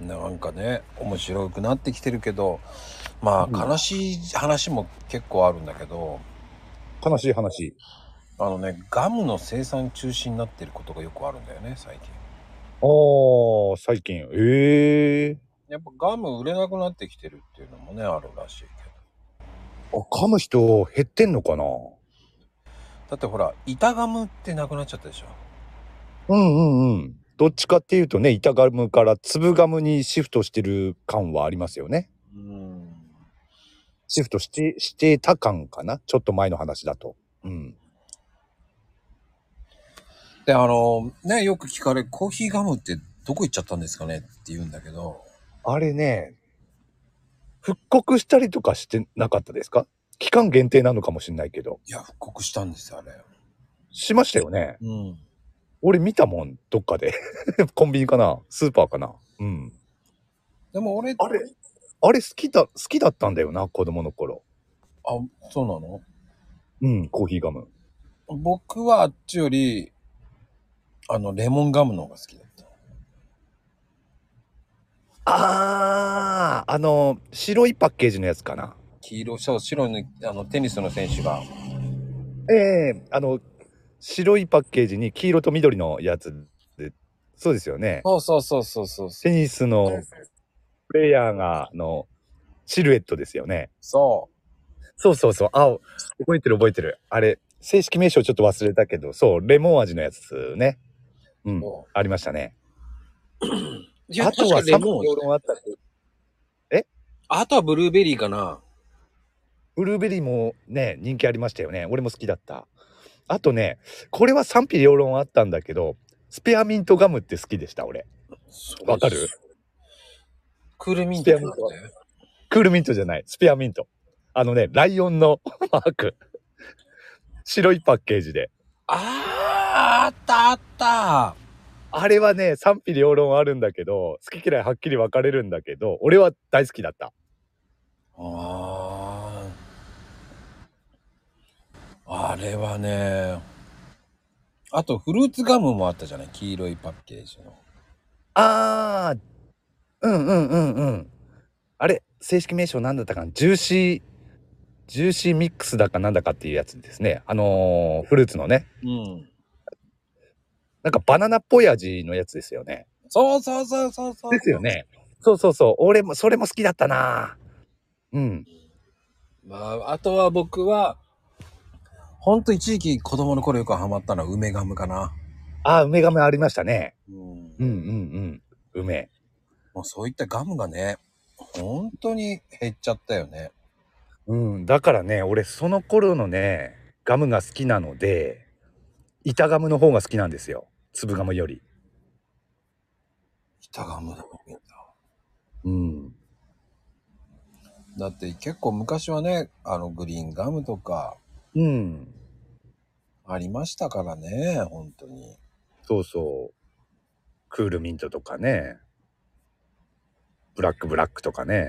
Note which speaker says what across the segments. Speaker 1: なんかね面白くなってきてるけどまあ
Speaker 2: うん
Speaker 1: 悲しい話も結構あるんだけど、
Speaker 2: 悲しい話。
Speaker 1: あのねガムの生産中止になってることがよくあるんだよね最近
Speaker 2: ああ、最近。ええ
Speaker 1: やっぱガム売れなくなってきてるっていうのもねあるらしいけ
Speaker 2: あ、噛む人減ってんのかな
Speaker 1: どだってほら板ガムってなくなっちゃったでしょ
Speaker 2: うんうんうん。どっちかっていうとね、板ガムから粒ガムにシフトしてる感はありますよね。
Speaker 1: うん
Speaker 2: シフトして、してた感かなちょっと前の話だと。うん。
Speaker 1: であのねよく聞かれコーヒーガムってどこ行っちゃったんですかねって言うんだけど
Speaker 2: あれね、復刻したりとかしてなかったですか期間限定なのかもしれないけど。
Speaker 1: いや復刻したんですよあれ
Speaker 2: しましたよね。
Speaker 1: うん
Speaker 2: 俺見たもん、どっかで。 コンビニかなスーパーかなうん。
Speaker 1: でも俺
Speaker 2: あれあれ好きだ、好きだったんだよな、子供の頃。
Speaker 1: あそうなの
Speaker 2: うん、コーヒーガム。
Speaker 1: 僕はあっちよりあのレモンガムの方が好きだった
Speaker 2: ああ、あの、白いパッケージのやつかな。
Speaker 1: 黄色そう白のあのテニスの選手が
Speaker 2: ええあの、白いパッケージに黄色と緑のやつで、そうですよね。
Speaker 1: そうそうそうそうそう
Speaker 2: テニスのプレイヤーが、あの、シルエットですよね。
Speaker 1: そ
Speaker 2: そうそうそう。あ、覚えてる覚えてる。あれ、正式名称ちょっと忘れたけど、そう、レモン味のやつね。うん
Speaker 1: う、そ
Speaker 2: ありましたね。
Speaker 1: ういや
Speaker 2: あとは
Speaker 1: 確かレ
Speaker 2: サム
Speaker 1: モン
Speaker 2: あったけど
Speaker 1: あとはブルーベリーかな
Speaker 2: ブルーベリーもね人気ありましたよね俺も好きだったあとねこれは賛否両論あったんだけどスペアミントガムって好きでした俺わかる
Speaker 1: クールミントなんだよ
Speaker 2: スペアクールミントじゃないスペアミントあのねライオンの マーク白いパッケージで
Speaker 1: あーあったあった
Speaker 2: あれはね賛否両論あるんだけど好き嫌いはっきり分かれるんだけど俺は大好きだった
Speaker 1: あああれはねあとフルーツガムもあったじゃない黄色いパッケージの
Speaker 2: あーうんうんうんうんあれ正式名称なんだったかなジューシージューシーミックスだかなんだかっていうやつですねあのーフルーツのね
Speaker 1: うん
Speaker 2: なんかバナナっぽい味のやつですよね
Speaker 1: そうそうそうそうそう
Speaker 2: ですよねそうそうそう俺もそれも好きだったなうん
Speaker 1: まあ、あとは僕は、ほんと一時期子供の頃よくハマったのは梅ガムかな。
Speaker 2: あー梅ガムありましたね
Speaker 1: うん
Speaker 2: うんうんうん梅
Speaker 1: もうそういったガムがね、本当に減っちゃったよね。
Speaker 2: うんだからね俺その頃のねガムが好きなので板ガムの方が好きなんですよ粒ガムより
Speaker 1: 板ガムだもん
Speaker 2: うん
Speaker 1: だって結構昔はね、あのグリーンガムとか
Speaker 2: うん
Speaker 1: ありましたからね、本当に。
Speaker 2: そうそう。クールミントとかね。ブラックブラックとかね。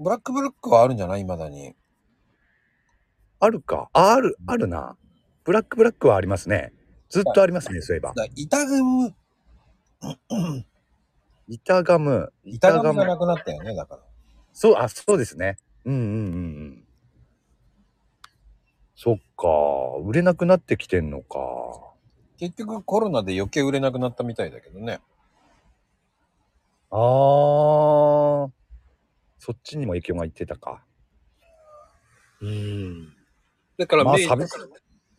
Speaker 1: ブラックブラックはあるんじゃない未だに。
Speaker 2: あるか。あ、ある、あるな。ブラックブラックはありますね。ずっとありますね、そういえば
Speaker 1: だ。から板ガム、
Speaker 2: 板ガム。
Speaker 1: 板ガムがなくなったよね、だから。
Speaker 2: そう、あ、そうですね。うんうんうんうん。そっか。売れなくなってきてんのか。
Speaker 1: 結局コロナで余計売れなくなったみたいだけどね。
Speaker 2: あー。そっちにも影響がいってたか。
Speaker 1: うん。だから
Speaker 2: まあ
Speaker 1: 明治、
Speaker 2: 寂しい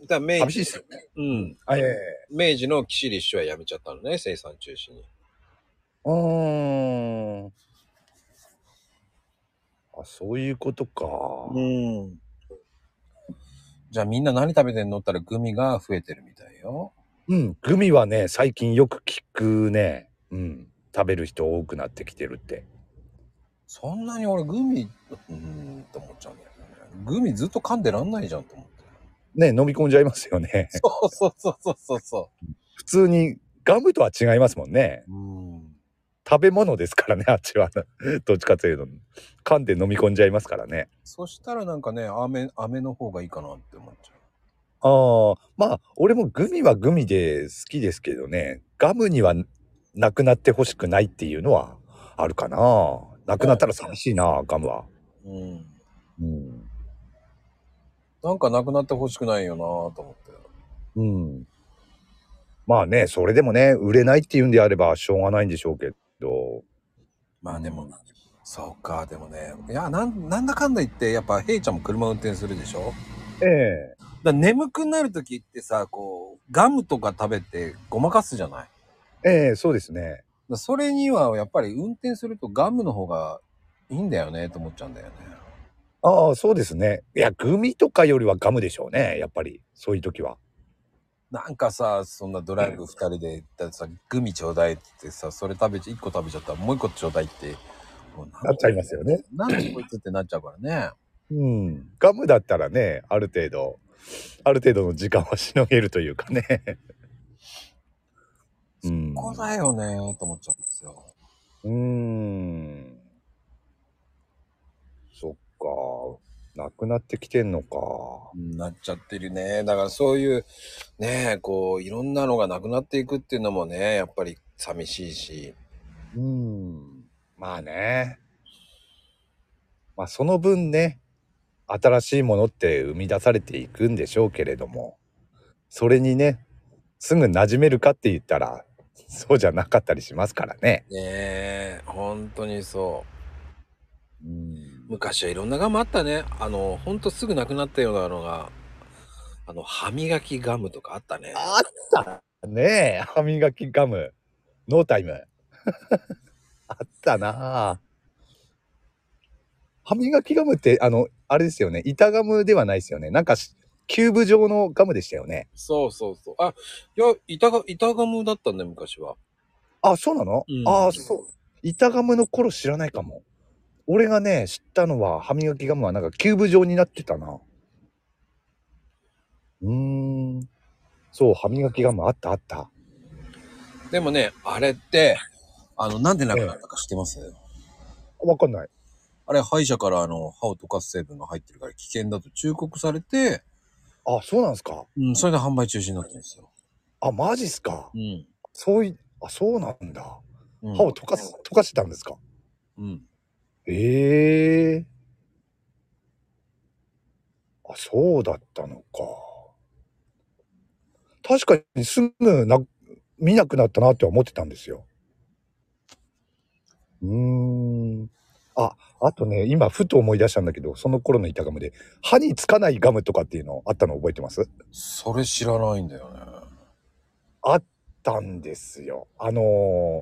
Speaker 1: だから明治
Speaker 2: 寂しいっすよね。
Speaker 1: うん。
Speaker 2: あ、ええ
Speaker 1: 明治の岸立氏は辞めちゃったのね、生産中止に。
Speaker 2: うーん。あ、そういうことか。
Speaker 1: うん。じゃあみんな何食べてんのったらグミが増えてるみたいよ。
Speaker 2: うん。グミはね、最近よく聞くね。うん。食べる人多くなってきてるって。
Speaker 1: そんなに俺グミ、うーん、と思っちゃうんだよね。グミずっと噛んでらんないじゃんと思って。
Speaker 2: ね、飲み込んじゃいますよね。
Speaker 1: そうそうそうそうそうそ
Speaker 2: 普通にガムとは違いますもんね。
Speaker 1: う。うん。
Speaker 2: 食べ物ですからね、あっちは。どっちかというと。噛んで飲み込んじゃいますからね。
Speaker 1: そしたらなんかね、飴、飴の方がいいかなって思っちゃう。
Speaker 2: ああ、まあ、俺もグミはグミで好きですけどね。ガムにはなくなってほしくないっていうのはあるかななくなったら寂しいなガムは。
Speaker 1: うん。
Speaker 2: うん。
Speaker 1: なんかなくなってほしくないよなぁと思って。
Speaker 2: うん。まあね、それでもね、売れないっていうんであればしょうがないんでしょうけど。
Speaker 1: まあでも、そうか、でもね。いや、なん、なんだかんだ言って、やっぱ、ヘイちゃんも車運転するでしょ
Speaker 2: ええ
Speaker 1: だから眠くなるときってさ、こう、ガムとか食べてごまかすじゃないだか
Speaker 2: ええそうですね。
Speaker 1: らそれには、やっぱり運転するとガムの方がいいんだよね、と思っちゃうんだよね。
Speaker 2: ああ、そうですね。いや、グミとかよりはガムでしょうね。やっぱり、そういう時は。
Speaker 1: なんかさ、そんなドライブ二人で行ったらさ、グミちょうだいって言ってさ、それ食べちゃ、一個食べちゃったらもう一個ちょうだいって、もうなん
Speaker 2: なっちゃいますよね。
Speaker 1: なんでこいつってなっちゃうからね。
Speaker 2: うん。ガムだったらね、ある程度、ある程度の時間はしのげるというかね。うん。
Speaker 1: ここだよね、と思っちゃうんですよ。
Speaker 2: うーん。そっか。なくなってきてんのか。
Speaker 1: なっちゃってるね。だからそういう、ねえ、こう、いろんなのがなくなっていくっていうのもね、やっぱり寂しいし。
Speaker 2: うん。まあね。まあその分ね、新しいものって生み出されていくんでしょうけれども、それにね、すぐ馴染めるかって言ったら、そうじゃなかったりしますからね。
Speaker 1: ねえ、本当にそう。
Speaker 2: うん。
Speaker 1: 昔はいろんなガムあったね。あの、ほんとすぐなくなったようなのが、あの、歯磨きガムとかあったね。
Speaker 2: あったねえ、歯磨きガム。ノータイム。 あったなあ歯磨きガムって、あの、あれですよね。板ガムではないですよね。なんかし、キューブ状のガムでしたよね。
Speaker 1: そうそうそう。あ、いや、板が、板ガムだったんだよ、昔は。
Speaker 2: あ、そうなの、
Speaker 1: うん
Speaker 2: ああ、そう。板ガムの頃知らないかも。俺がね、知ったのは、歯磨きガムはなんかキューブ状になってたな。うーん。そう、歯磨きガムあったあった。
Speaker 1: でもね、あれって、あの、なんでなくなったか知ってます、
Speaker 2: わかんない。
Speaker 1: あれ、歯医者からあの、歯を溶かす成分が入ってるから危険だと忠告されて、
Speaker 2: あ、そうなんですか。
Speaker 1: うん、それで販売中止になったんですよ。
Speaker 2: あ、マジっすか。
Speaker 1: うん。
Speaker 2: そうい、あ、そうなんだ。
Speaker 1: うん
Speaker 2: 歯を溶かす、溶かしてたんですか。
Speaker 1: うん。
Speaker 2: ええあ、そうだったのか。確かにすぐな、見なくなったなって思ってたんですよ。うーん。あ、あとね、今ふと思い出したんだけど、その頃の板ガムで、歯につかないガムとかっていうのあったの覚えてます
Speaker 1: それ知らないんだよね。
Speaker 2: あったんですよ。あのー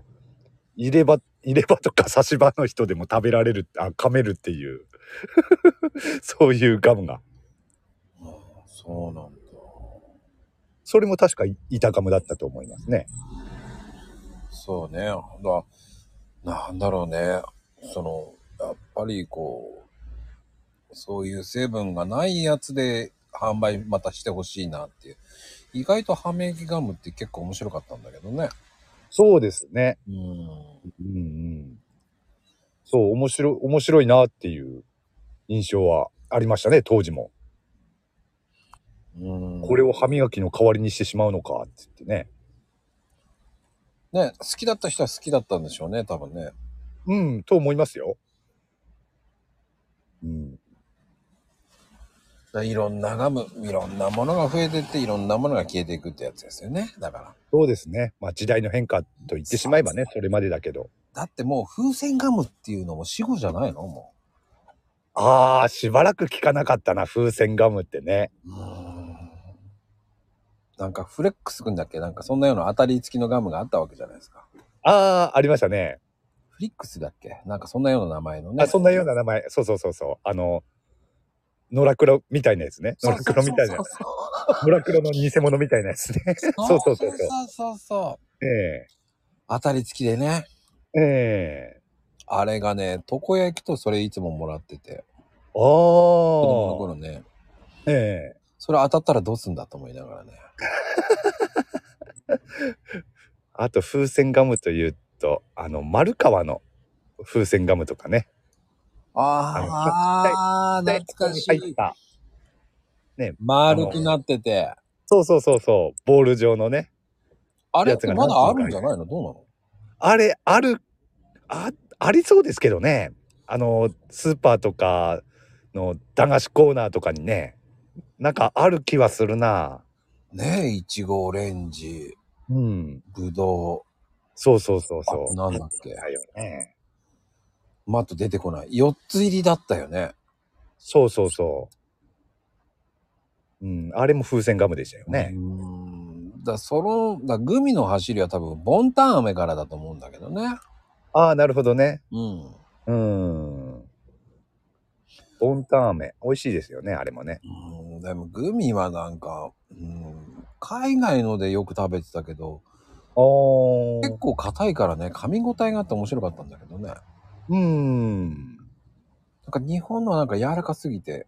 Speaker 2: 入れ歯、入れ歯とか 刺し歯の人でも食べられる、あ、噛めるっていう、 そういうガムが。
Speaker 1: うんそうなんだ。
Speaker 2: それも確か板ガムだったと思いますね。
Speaker 1: そうね。だなんだろうね。その、やっぱりこう、そういう成分がないやつで販売またしてほしいなっていう。意外と歯磨きガムって結構面白かったんだけどね。
Speaker 2: そうですね。
Speaker 1: うん。
Speaker 2: うんうん。そう、面白い、面白いなっていう印象はありましたね、当時も。
Speaker 1: うん、
Speaker 2: これを歯磨きの代わりにしてしまうのかって言ってね。
Speaker 1: ね、好きだった人は好きだったんでしょうね、多分ね。
Speaker 2: うん、と思いますよ。うん。
Speaker 1: いろんなガム、いろんなものが増えてって、いろんなものが消えていくってやつですよね。だから。
Speaker 2: そうですね。まあ時代の変化と言ってしまえばね、それまでだけど。
Speaker 1: だってもう風船ガムっていうのも死後じゃないのも
Speaker 2: ああ、しばらく聞かなかったな、風船ガムってね。
Speaker 1: う。うん。なんかフレックスくんだっけなんかそんなような当たり付きのガムがあったわけじゃないですか。
Speaker 2: ああ、ありましたね。
Speaker 1: フリックスだっけなんかそんなような名前のね。
Speaker 2: あそんなよう
Speaker 1: な。
Speaker 2: な名前。そうそうそうそう。あの、ノラクロみたいなやつね。ノラクロみたいな
Speaker 1: そ
Speaker 2: や
Speaker 1: う
Speaker 2: つ。
Speaker 1: そ
Speaker 2: ノラクロの偽物みたいなやつね。そう
Speaker 1: そ
Speaker 2: うそう
Speaker 1: そ
Speaker 2: うそううそう
Speaker 1: そうそうそ
Speaker 2: え
Speaker 1: う。当たり付きでね。
Speaker 2: えええ
Speaker 1: あれがね、たこ焼きとそれいつももらってて。
Speaker 2: あ
Speaker 1: 子供の
Speaker 2: あ
Speaker 1: 頃ね。
Speaker 2: ええ
Speaker 1: それ当たったらどうすんだと思いながらね。
Speaker 2: あと風船ガムというと、あの、丸川の風船ガムとかね。
Speaker 1: ああ、懐かし
Speaker 2: 入っ
Speaker 1: い。
Speaker 2: た。
Speaker 1: 丸くなってて。
Speaker 2: そうそうそうそう。ボール状のね。
Speaker 1: あれっ
Speaker 2: やつ
Speaker 1: て
Speaker 2: が
Speaker 1: ま
Speaker 2: 何
Speaker 1: だあ
Speaker 2: 本か
Speaker 1: るんじゃないのどうなの
Speaker 2: あれ、ある、あ、ありそうですけどねあのスーパーとかの駄菓子コーナーとかにねなんかある気はするな
Speaker 1: ねえ、いちご、オレンジ、
Speaker 2: うん
Speaker 1: ぶど
Speaker 2: そうそうそう
Speaker 1: う、
Speaker 2: そ
Speaker 1: あと
Speaker 2: う
Speaker 1: なんだっけ。
Speaker 2: だよね
Speaker 1: まあ、あと出てこない。4つ入りだったよね。
Speaker 2: そうそうそううんあれも風船ガムでしたよね、
Speaker 1: うーん。だその、だグミの走りは多分、ボンタン飴からだと思うんだけどね。
Speaker 2: ああなるほどね
Speaker 1: うん。
Speaker 2: うんボンタン飴美味しいですよねあれもね
Speaker 1: うん、でもグミはなんか、うん、海外のでよく食べてたけど、
Speaker 2: あー
Speaker 1: 結構硬いからね、噛み応えがあって面白かったんだけどね。
Speaker 2: うん
Speaker 1: なんか日本のはなんか柔らかすぎて、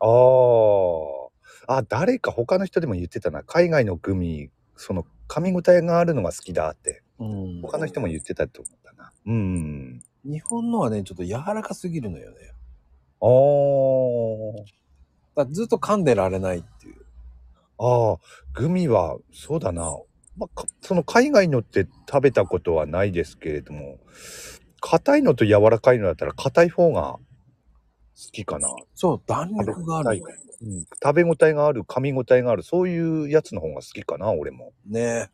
Speaker 2: ああ。あ、誰か他の人でも言ってたな。海外のグミ、その噛み応えがあるのが好きだって。
Speaker 1: うん
Speaker 2: 他の人も言ってたと思ったな。うん。
Speaker 1: 日本のはね、ちょっと柔らかすぎるのよね。
Speaker 2: あー
Speaker 1: だからずっと噛んでられないっていう。
Speaker 2: あー。グミは、そうだな。まあ、かその海外のって食べたことはないですけれども、硬いのと柔らかいのだったら硬い方が好きかな。
Speaker 1: そう、弾力があるよね。
Speaker 2: うん、食べ応えがある、噛み応えがある、そういうやつの方が好きかな、俺も。
Speaker 1: ね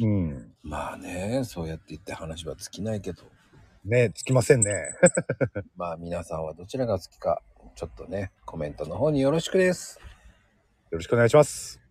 Speaker 2: うん。
Speaker 1: まあね、そうやって言って話は尽きないけど、
Speaker 2: ね、つきませんね。
Speaker 1: まあ皆さんはどちらが好きか、ちょっとね、コメントの方によろしくです。
Speaker 2: よろしくお願いします。